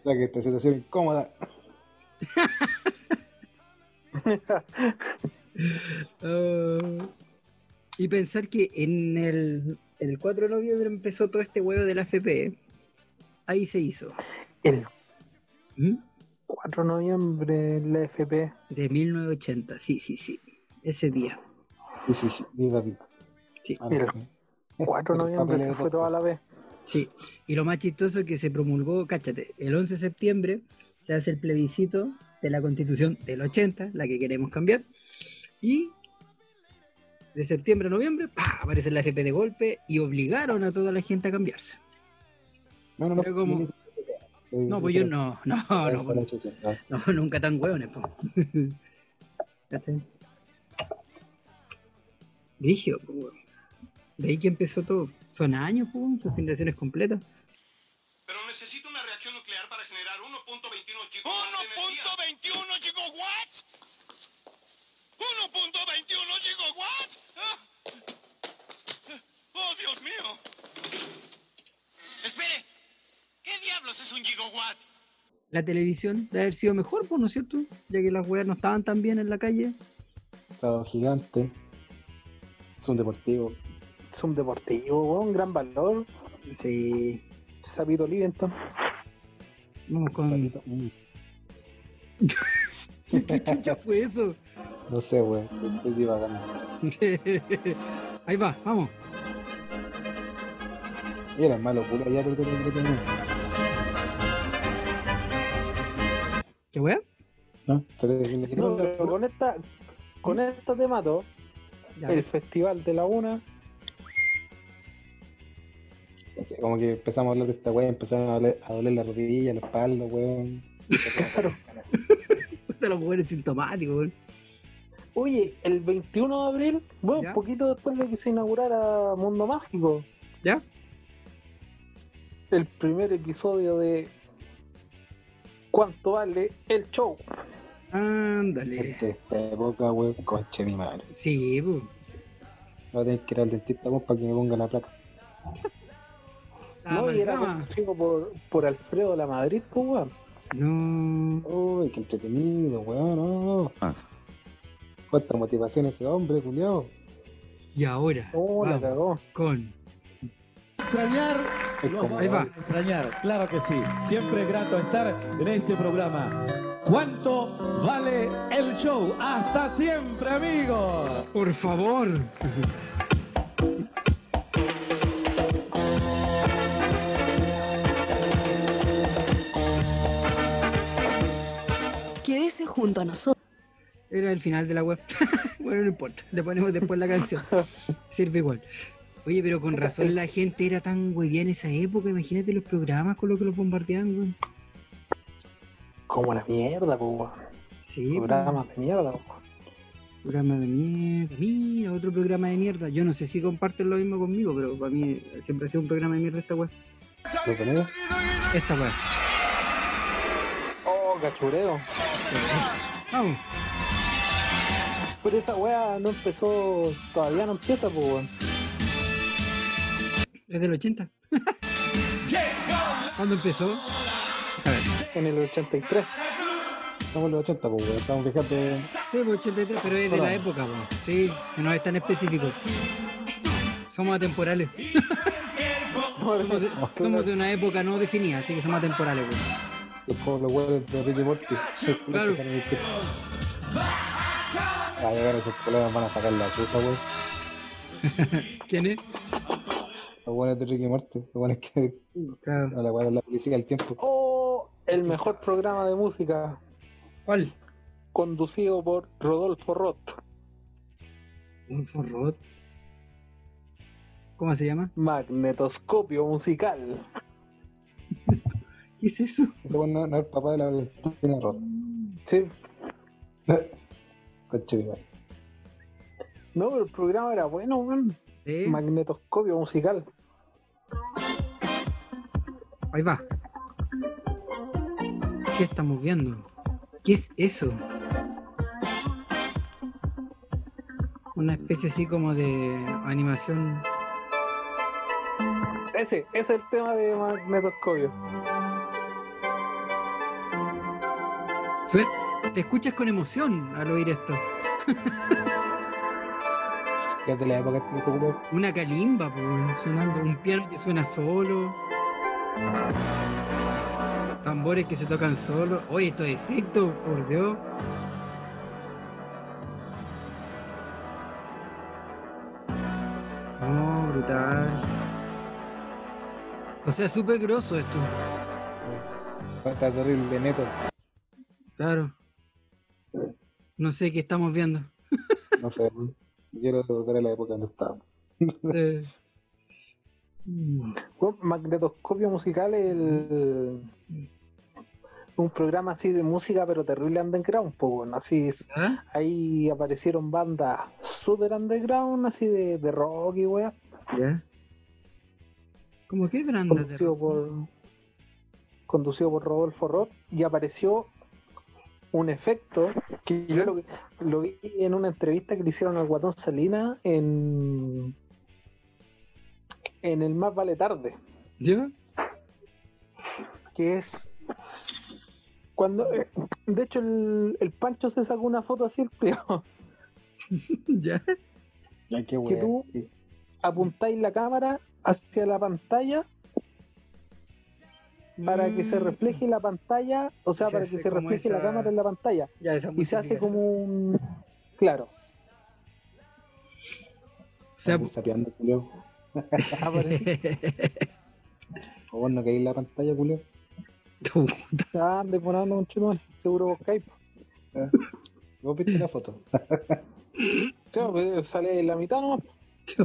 Speaker 3: O sea que esta situación incómoda.
Speaker 4: Ah, y pensar que en el, el 4 de noviembre empezó todo este huevo de la FP. Ahí se hizo.
Speaker 2: El
Speaker 4: ¿Mm?
Speaker 2: 4 de noviembre, la FP.
Speaker 4: De 1980, sí, sí, sí. Ese día.
Speaker 3: Sí, sí, sí, sí, papi.
Speaker 4: Sí.
Speaker 3: Ah,
Speaker 2: Mira,
Speaker 3: no.
Speaker 2: 4 de
Speaker 3: Los
Speaker 2: noviembre
Speaker 3: papeles
Speaker 2: se
Speaker 3: de
Speaker 2: fue
Speaker 3: podcast.
Speaker 2: toda la vez.
Speaker 4: Sí. Y lo más chistoso es que se promulgó, cáchate, el 11 de septiembre se hace el plebiscito de la constitución del 80, la que queremos cambiar. Y de septiembre a noviembre, ¡pah! aparece la FP de golpe y obligaron a toda la gente a cambiarse.
Speaker 3: No, no, no.
Speaker 4: Era como- No, pues yo no, no,
Speaker 3: Ah,
Speaker 4: no,
Speaker 3: para
Speaker 4: no,
Speaker 3: tu tiempo. Ah,
Speaker 4: no, nunca tan hueones, po. ¿Cachai? Rígido, po, weón. De ahí que empezó todo. Son años, po, weón, son generaciones completas.
Speaker 7: Pero necesito una reacción nuclear para generar 1.21 gigawatts. ¿1.21 gigawatts? ¿1.21 gigawatts? ¿Ah? ¡Oh, Dios mío! Espere, ¿qué diablos es un gigawatt?
Speaker 4: La televisión debe haber sido mejor, pues, ¿no es cierto? Ya que las weas no estaban tan bien en la calle.
Speaker 3: Estado gigante. Es un deportivo.
Speaker 2: Es un deportivo, weón, gran valor.
Speaker 4: Sí.
Speaker 2: Sapito Livington.
Speaker 4: Vamos con.
Speaker 3: Papito, mm,
Speaker 4: ¿Qué chucha fue eso?
Speaker 3: No sé, güey. Estoy divagando.
Speaker 4: Ahí va, vamos.
Speaker 3: Era malo, pura ya lo que tenía.
Speaker 4: ¿Qué wea?
Speaker 3: ¿No? Entonces, le
Speaker 2: No,
Speaker 3: quitaron la-
Speaker 2: pero con esta, con esta te mato.
Speaker 4: ¿Mm? Ya,
Speaker 2: El Festival de la Una.
Speaker 3: No sé, como que empezamos a hablar de esta weá, empezaron a doler, a doler la rodilla, la espalda, weón.
Speaker 4: puta, los weones sintomáticos, weón.
Speaker 2: Oye, el 21 de abril, bueno,
Speaker 4: ¿Ya?
Speaker 2: un poquito después de que se inaugurara Mundo Mágico.
Speaker 4: ¿Ya?
Speaker 2: El primer episodio de ¿Cuánto vale el show?
Speaker 4: Ándale.
Speaker 3: Gente, de esta época, weón, conche mi madre.
Speaker 4: Sí, pues.
Speaker 3: Voy a tener que ir al dentista, weón, para que me ponga la plata.
Speaker 4: Ah,
Speaker 2: no, y era
Speaker 4: amalgama.
Speaker 2: conducido por, por Alfredo La Madrid, pues, weón.
Speaker 4: No.
Speaker 3: Uy, qué entretenido, weón, no.
Speaker 5: Ah.
Speaker 3: Cuánta motivación ese hombre, culiao.
Speaker 4: Y ahora.
Speaker 2: Oh, la
Speaker 4: vamos
Speaker 2: cagó.
Speaker 4: con.
Speaker 8: extrañar,
Speaker 3: Es
Speaker 8: los
Speaker 3: como-
Speaker 4: Ahí va.
Speaker 8: vamos a extrañar, claro que sí. Siempre es grato estar en este programa. ¿Cuánto vale el show? Hasta siempre, amigos.
Speaker 4: Por favor.
Speaker 9: Quédese junto a nosotros.
Speaker 4: Era el final de la web. bueno, no importa. Le ponemos después la canción. Sirve igual. Oye, pero con razón la gente era tan huevía en esa época. Imagínate los programas con los que los bombardeaban, weón.
Speaker 2: Como la mierda, pues, weón.
Speaker 4: Sí. po.
Speaker 2: Programas de mierda, pues.
Speaker 4: Programa de mierda. Mira, otro programa de mierda. Yo no sé si comparten lo mismo conmigo, pero para mí siempre ha sido un programa de mierda esta weá.
Speaker 3: ¿Lo tenés?
Speaker 4: Esta weá.
Speaker 2: Oh, cachureo.
Speaker 4: Vamos.
Speaker 2: Pero esa weá no empezó, todavía no empieza, pues, weón.
Speaker 4: Es del 80. ¿Cuándo empezó? A ver.
Speaker 2: En el 83.
Speaker 3: Estamos en los 80, pues, weón. Estamos fíjate.
Speaker 4: Sí, pues 83, pero es de la época, weón. Sí, si no es tan específico. Somos atemporales. Somos de, somos de una época no definida, así que somos atemporales, pues. weón.
Speaker 3: Es como los weones de Ricky Morty.
Speaker 4: Claro.
Speaker 3: A llegar esos problemas van a sacar la chucha, weón.
Speaker 4: ¿Quién es?
Speaker 3: Los weones de Ricky Morty. Los weones que
Speaker 4: Claro.
Speaker 3: a la weá la policía al tiempo.
Speaker 2: Oh, el mejor programa de música
Speaker 4: ¿Cuál?
Speaker 2: conducido por Rodolfo Roth.
Speaker 4: Un forrot. ¿Cómo se llama?
Speaker 2: Magnetoscopio musical.
Speaker 4: ¿Qué es eso?
Speaker 3: Ese weón no, no es el papá de la Valentina Roth.
Speaker 2: Sí.
Speaker 3: Conche mi madre.
Speaker 2: No, pero el programa era bueno, weón.
Speaker 4: Sí.
Speaker 2: Magnetoscopio musical.
Speaker 4: Ahí va. ¿Qué estamos viendo? ¿Qué es eso? Una especie así como de animación.
Speaker 2: Ese, ese es el tema de magnetoscopio.
Speaker 4: Sue- Te escuchas con emoción al oír esto.
Speaker 3: Que es de la época que ocupó.
Speaker 4: Una calimba po, weón, sonando, un piano que suena solo. Tambores que se tocan solo. Oye, estos efectos, por Dios. No, brutal. O sea, súper grosso esto.
Speaker 3: Está terrible, neto.
Speaker 4: Claro. No sé qué estamos viendo.
Speaker 3: No sé. Quiero volver a la época donde estaba.
Speaker 4: Eh. Mm.
Speaker 2: Weón, magnetoscopio musical el, un programa así de música, pero terrible underground, pues bueno, así es.
Speaker 4: ¿Ah?
Speaker 2: Ahí aparecieron bandas super underground, así de, de rock y weá,
Speaker 4: ¿Ya? ¿Cómo qué branda de
Speaker 2: conducido
Speaker 4: rock?
Speaker 2: por, conducido por Rodolfo Roth, y apareció un efecto que yo lo, lo vi en una entrevista que le hicieron al Guatón Salina en, en el Más Vale Tarde.
Speaker 4: ¿Ya?
Speaker 2: que es cuando eh, de hecho el, el Pancho se sacó una foto así el primo.
Speaker 4: ¿Ya?
Speaker 3: Ya, qué
Speaker 2: Que tú-
Speaker 3: sí.
Speaker 2: apuntáis la cámara hacia la pantalla para que se
Speaker 4: Mm.
Speaker 2: refleje la pantalla o sea
Speaker 4: Se
Speaker 2: para que
Speaker 4: hace
Speaker 2: se
Speaker 4: como
Speaker 2: refleje la
Speaker 4: esa-
Speaker 2: cámara en la pantalla
Speaker 4: Ya, esa
Speaker 2: y se hace
Speaker 4: multiplicación.
Speaker 2: como un claro
Speaker 4: O sea,
Speaker 3: Estás sapeando, culeo. Ah, Por favor, no caí en la pantalla, culeo.
Speaker 4: tú,
Speaker 2: ah, ande por ahí, no, conchetumare, seguro pues. buscáis po.
Speaker 3: Vos viste la foto.
Speaker 2: claro pues, sale en la mitad nomás pues.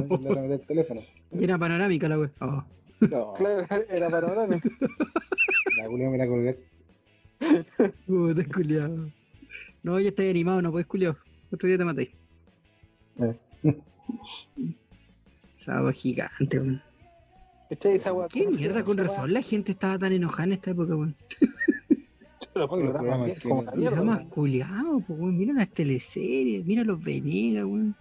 Speaker 2: po.
Speaker 3: La mitad del teléfono.
Speaker 4: y era panorámica la web. Oh.
Speaker 3: No,
Speaker 2: claro era panorámica
Speaker 3: la culeo me la colgué.
Speaker 2: Oh,
Speaker 4: Puta, culiao. No, yo estoy animado, no puedes, culiao. Otro día te matáis.
Speaker 2: Eh.
Speaker 4: Sábado gigante, weón.
Speaker 2: ¿Cachai? Esa weá-
Speaker 4: ¿Qué mierda con
Speaker 2: esa weá-
Speaker 4: razón? La gente estaba tan enojada en esta época, weón.
Speaker 2: Los programas
Speaker 3: programas
Speaker 2: que-
Speaker 3: que-
Speaker 2: como la mierda,
Speaker 4: Programas
Speaker 2: weón.
Speaker 4: culiados, po, weón. Mira las teleseries, mira los Venegas, weón.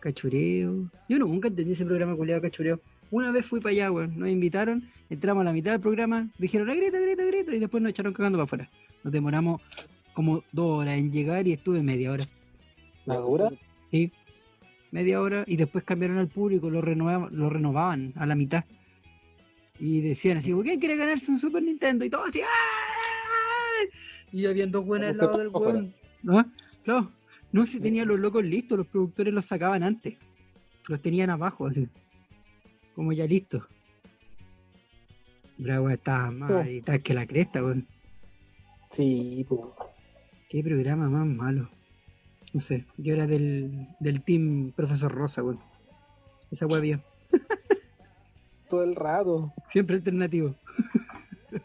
Speaker 4: Cachureo. Yo nunca entendí ese programa culiado cachureo. Una vez fui para allá, weón. Nos invitaron, entramos a la mitad del programa, dijeron la grita, grita, grita, y después nos echaron cagando para afuera. Nos demoramos como dos horas en llegar y estuve media hora.
Speaker 2: la dura
Speaker 4: Sí, media hora y después cambiaron al público, lo, renovaban, lo renovaban a la mitad. Y decían así, ¿quién quiere ganarse un Super Nintendo? Y todo así, ¡ah! Y habían dos buenas al lado del hueón. ¿No? no, no se tenían los locos listos, los productores los sacaban antes. Los tenían abajo, así. Como ya listos. Bravo, estaba más
Speaker 2: Oh.
Speaker 4: editada que la cresta, weón.
Speaker 2: sí pues, po.
Speaker 4: Qué programa más malo. No sé, yo era del, del team Profesor Rosa, weón. Esa weá vio.
Speaker 2: todo el rato
Speaker 4: Siempre alternativo.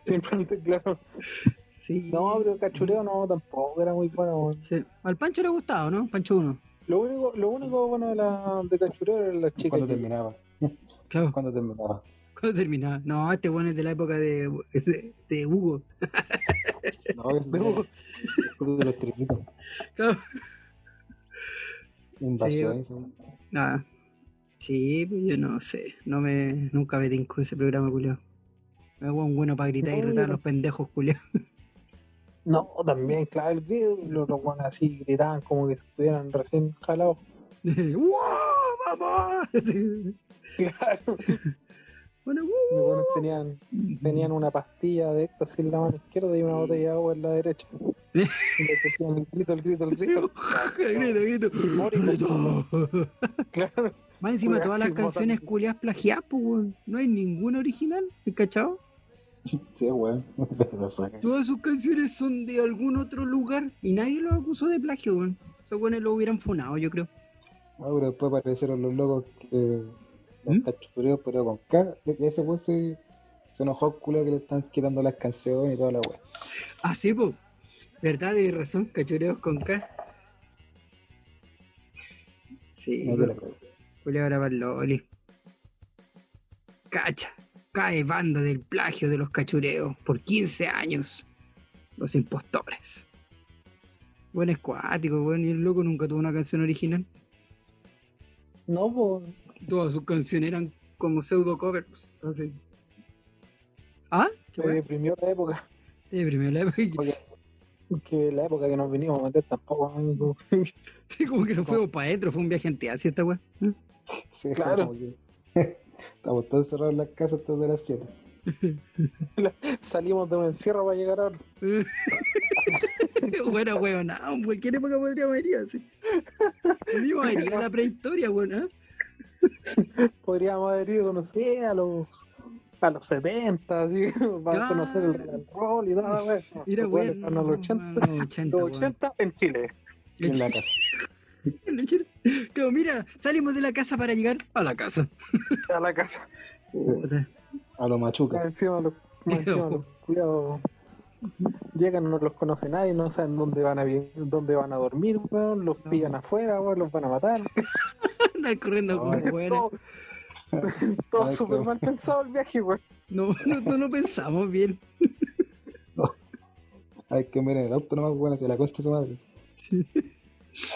Speaker 2: Simplemente, claro.
Speaker 4: Sí.
Speaker 2: No, pero cachureo no, tampoco era muy bueno. weón.
Speaker 4: Sí. Al Pancho le gustaba, ¿no? Pancho 1.
Speaker 2: Lo único, lo único bueno de, la, de cachureo era las chicas.
Speaker 3: ¿Cuándo terminaba?
Speaker 4: Claro.
Speaker 3: ¿Cuándo terminaba?
Speaker 4: ¿Cuándo terminaba? No, este weón es de la época de, es de, de Hugo.
Speaker 3: No, es de, es de los triquitos.
Speaker 4: Claro.
Speaker 3: Invasión.
Speaker 4: Nada. Sí, pues yo no sé. No me, nunca me tinco ese programa, culiao. Me hago un bueno para gritar y
Speaker 2: No, yo
Speaker 4: retar a
Speaker 2: no.
Speaker 4: los pendejos, culiao.
Speaker 2: No, también, claro, el video, los otros buenos así gritaban como que estuvieran recién jalados.
Speaker 4: ¡Wow! ¡Vamos!
Speaker 2: Claro,
Speaker 4: bueno,
Speaker 2: los
Speaker 4: ¡wow!
Speaker 2: buenos tenían, tenían una pastilla de éxtasis en la mano izquierda y una
Speaker 4: Sí.
Speaker 2: botella de agua en la derecha. Y les decían el grito, el grito, el grito.
Speaker 4: grito, grito.
Speaker 2: Mórito.
Speaker 4: Grito.
Speaker 2: Claro,
Speaker 4: Más encima,
Speaker 2: Pura
Speaker 4: todas las
Speaker 2: acción
Speaker 4: canciones
Speaker 2: botán.
Speaker 4: culiadas plagiadas, pues, weón. No hay ninguna original, ¿me ¿cachao?
Speaker 3: Sí, weón.
Speaker 4: Todas sus canciones son de algún otro lugar y nadie los acusó de plagio, weón. Esos weones lo hubieran funado, yo creo.
Speaker 3: No, pero después aparecieron los locos que los
Speaker 4: ¿Mm?
Speaker 3: cachureos, pero con K. Y ese weón se, se enojó, culo, que le están quitando las canciones y toda la weón.
Speaker 4: Ah, sí, po. Verdad y razón, cachureos con K. Sí,
Speaker 3: No te la
Speaker 4: weón.
Speaker 3: creo.
Speaker 4: Culeado grabar Loli. Cacha. Cae banda del plagio de los cachureos por 15 años. Los impostores. Buen escuático, bueno, y el loco nunca tuvo una canción original.
Speaker 2: no, po,
Speaker 4: Todas sus canciones eran como pseudo covers. Así. ¿Ah?
Speaker 2: se
Speaker 4: ¿Qué bueno?
Speaker 2: deprimió la época.
Speaker 4: Sí, primero la época.
Speaker 2: Que la época que nos vinimos a meter tampoco. ¿no?
Speaker 4: Sí, como que no fuimos para adentro, fue un viaje en así esta weá.
Speaker 3: Sí,
Speaker 2: Claro.
Speaker 3: como que- Estamos todos cerrados en las casas hasta las 7.
Speaker 2: Salimos de un encierro para llegar ahora.
Speaker 4: Bueno, weón, no, en cualquier época podríamos ir así. Vimos a ir a la prehistoria, weón. ¿ah?
Speaker 2: podríamos haber ido, no sé, a los a los 70, así, para
Speaker 4: Claro.
Speaker 2: conocer el rock and roll y todo, güey.
Speaker 4: Mira,
Speaker 2: Los
Speaker 4: weón.
Speaker 2: a los 80,
Speaker 4: no, 80,
Speaker 2: los
Speaker 4: weón.
Speaker 2: 80 en Chile.
Speaker 3: En la casa.
Speaker 4: El 80. Claro, mira, salimos de la casa para llegar a la casa.
Speaker 2: A la casa.
Speaker 4: Puta.
Speaker 3: A los
Speaker 2: Más
Speaker 3: machucas.
Speaker 2: encima los, más encima los culiados Llegan, no los conoce nadie, no saben dónde van a vi- dónde van a dormir, weón, los pillan afuera, weón, los van a matar.
Speaker 4: Andar corriendo
Speaker 3: No,
Speaker 4: como buena.
Speaker 2: Todo, todo
Speaker 3: Ay,
Speaker 2: súper
Speaker 3: qué-
Speaker 2: mal pensado el viaje, weón.
Speaker 4: No, no, no lo pensamos bien.
Speaker 3: Hay que mirar el auto nomás, weón, hacia la concha de su madre.
Speaker 4: Sí.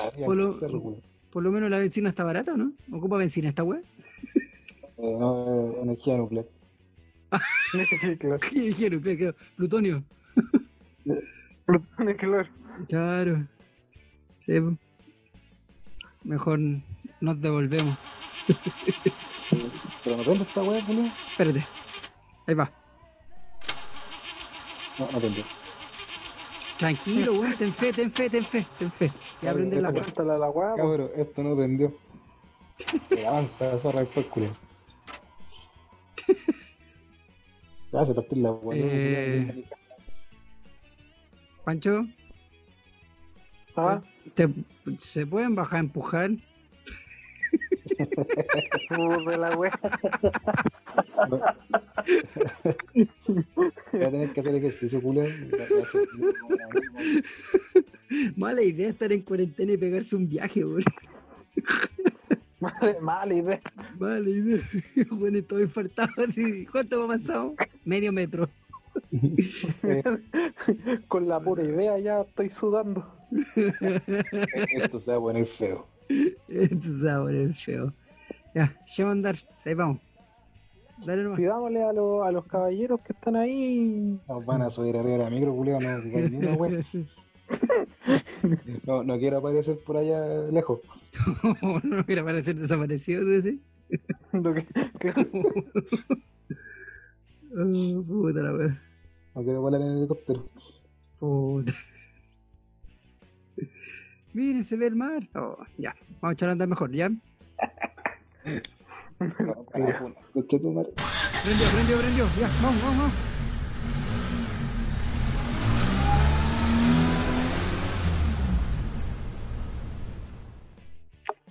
Speaker 3: Había
Speaker 4: Polo-
Speaker 3: que hacerlo, weón.
Speaker 4: Por lo menos la benzina está barata, ¿o ¿no? ¿Ocupa benzina esta weá?
Speaker 3: Eh, no, eh, energía nuclear.
Speaker 2: Claro,
Speaker 4: ¿Qué dijeron? Claro, claro. Plutonio.
Speaker 2: claro.
Speaker 4: Claro. Sí, po. Mejor nos devolvemos.
Speaker 3: Pero no prende esta weá, culiao.
Speaker 4: Espérate. Ahí va.
Speaker 3: No, no prende.
Speaker 4: Tranquilo, weón. Ten fe, ten fe, ten fe, ten fe. Se va a
Speaker 3: Ay,
Speaker 4: prender la weá.
Speaker 2: Chúntala a la weá, weón.
Speaker 3: Cabrón, esto no prendió. Eh, avanza la zorra después, culiao. Ya hace partir la weá.
Speaker 4: Eh. Pancho,
Speaker 2: Ah,
Speaker 4: ¿te- ¿se pueden bajar a empujar?
Speaker 2: puta la weá.
Speaker 3: Voy a tener que hacer ejercicio, culiao.
Speaker 4: Mala idea estar en cuarentena y pegarse un viaje, weón.
Speaker 2: Mala, mala idea.
Speaker 4: Mala idea. Bueno, estoy infartado así. ¿Cuánto me ha pasado? Medio metro.
Speaker 2: Con la pura idea ya estoy sudando.
Speaker 3: Esto se va a poner feo.
Speaker 4: Esto sabor ah, es feo. Ya, ya va a andar. Ahí vamos. Dale nomás.
Speaker 2: Pidámosle a, los a los caballeros que están ahí.
Speaker 3: Nos van a subir arriba de la micro, culiao. No, que hay ni una weá. no, no quiero aparecer por allá lejos.
Speaker 4: no quiero parecer desaparecido, ¿tú decís?
Speaker 2: Lo que- que-
Speaker 4: Oh, puta la wea.
Speaker 3: No quiero volar en helicóptero.
Speaker 4: Puta. Miren, se ve el mar. Oh, ya, vamos a echar a andar mejor, ¿ya?
Speaker 3: No, pero, Escucha tu madre.
Speaker 4: Prendió, prendió, prendió. Ya, vamos, vamos, vamos.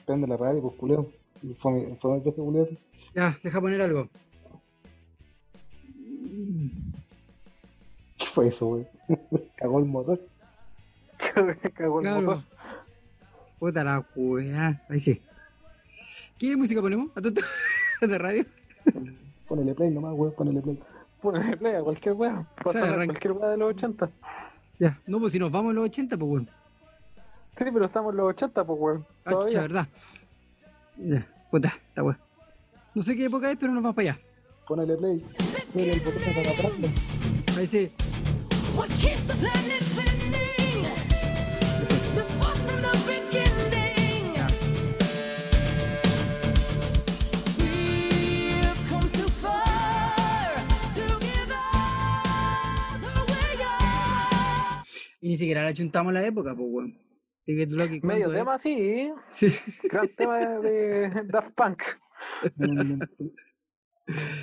Speaker 3: Prende la radio, pues culeo. Fue mi, fue mi viaje culeo ese.
Speaker 4: Ya, deja poner algo.
Speaker 3: ¿Qué fue eso, wey? Cagó el motor.
Speaker 2: que cagó el motor.
Speaker 4: Claro. Puta la wea. Ahí sí. ¿Qué música ponemos? ¿A tu de radio?
Speaker 3: Ponele play nomás, wey, ponele play.
Speaker 2: Ponle play a cualquier weá. Puede
Speaker 4: Sale,
Speaker 2: sonar
Speaker 4: arranca.
Speaker 2: Cualquier weá de los 80.
Speaker 4: Ya. No, pues si nos vamos a los 80, pues weón.
Speaker 2: Sí, pero estamos en los 80, pues weón.
Speaker 4: Ah, chucha,
Speaker 2: Todavía.
Speaker 4: verdad. Ya, puta, esta wea. No sé qué época es, pero nos vamos para allá.
Speaker 3: Ponele play. Mira el botón para atrás.
Speaker 4: Ahí sí.
Speaker 9: What keeps the planet spinning? The force from the beginning. We've come too far together. The way are.
Speaker 4: Y ni siquiera la chuntamos la época, pues weón. Así que tú lo que
Speaker 2: Medio
Speaker 4: ¿cuándo es?
Speaker 2: tema, sí.
Speaker 4: Sí.
Speaker 2: Gran tema de, de Daft Punk.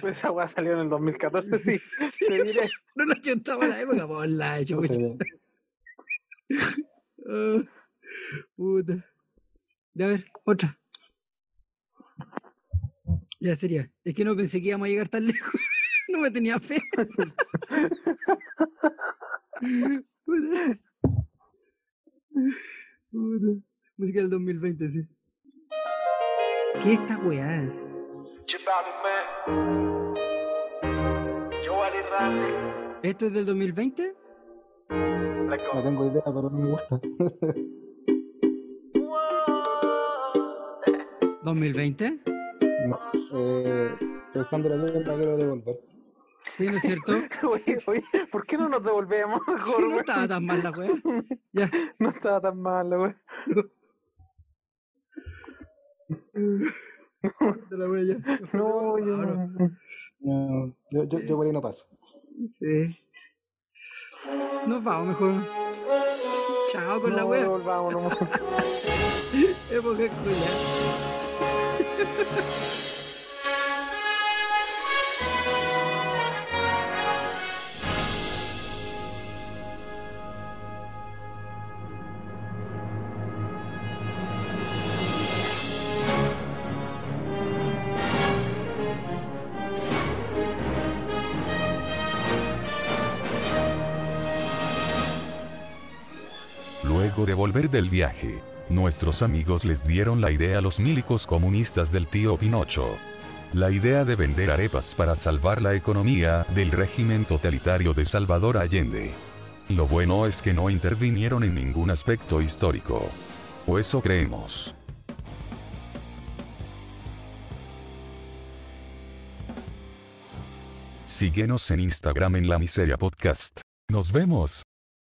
Speaker 2: Esa weá salió en el 2014, sí. Te diré.
Speaker 4: No la chuntamos la época, pues la chucha.
Speaker 3: Eh,
Speaker 4: Ah, puta. Ya, a ver, otra. Ya sería. Es que no pensé que íbamos a llegar tan lejos. No me tenía fe. Puta. Puta. Música del 2020, sí. ¿Qué estas weas? ¿Esto es del 2020?
Speaker 3: No tengo idea, pero no me gusta.
Speaker 4: 2020.
Speaker 3: No. Eh, pensando la duda, la quiero devolver.
Speaker 4: Sí, ¿no es cierto?
Speaker 2: Oye, oye, ¿por qué no nos devolvemos
Speaker 4: Sí,
Speaker 2: mejor,
Speaker 4: no
Speaker 2: weón?
Speaker 4: estaba tan mal la wea. Ya.
Speaker 2: No estaba tan mal, weón.
Speaker 4: De la wea, ya.
Speaker 2: No, yo
Speaker 4: Ahora.
Speaker 2: no.
Speaker 3: No, yo, yo, yo por ahí no paso.
Speaker 4: Sí. Nos vamos mejor. Chao con la
Speaker 2: no
Speaker 4: wea.
Speaker 2: devolvamos, no.
Speaker 4: Época escolar.
Speaker 1: Luego de volver del viaje, nuestros amigos les dieron la idea a los milicos comunistas del tío Pinocho. La idea de vender arepas para salvar la economía del régimen totalitario de Salvador Allende. Lo bueno es que no intervinieron en ningún aspecto histórico. O eso creemos. Síguenos en Instagram en la miseria podcast. Nos vemos.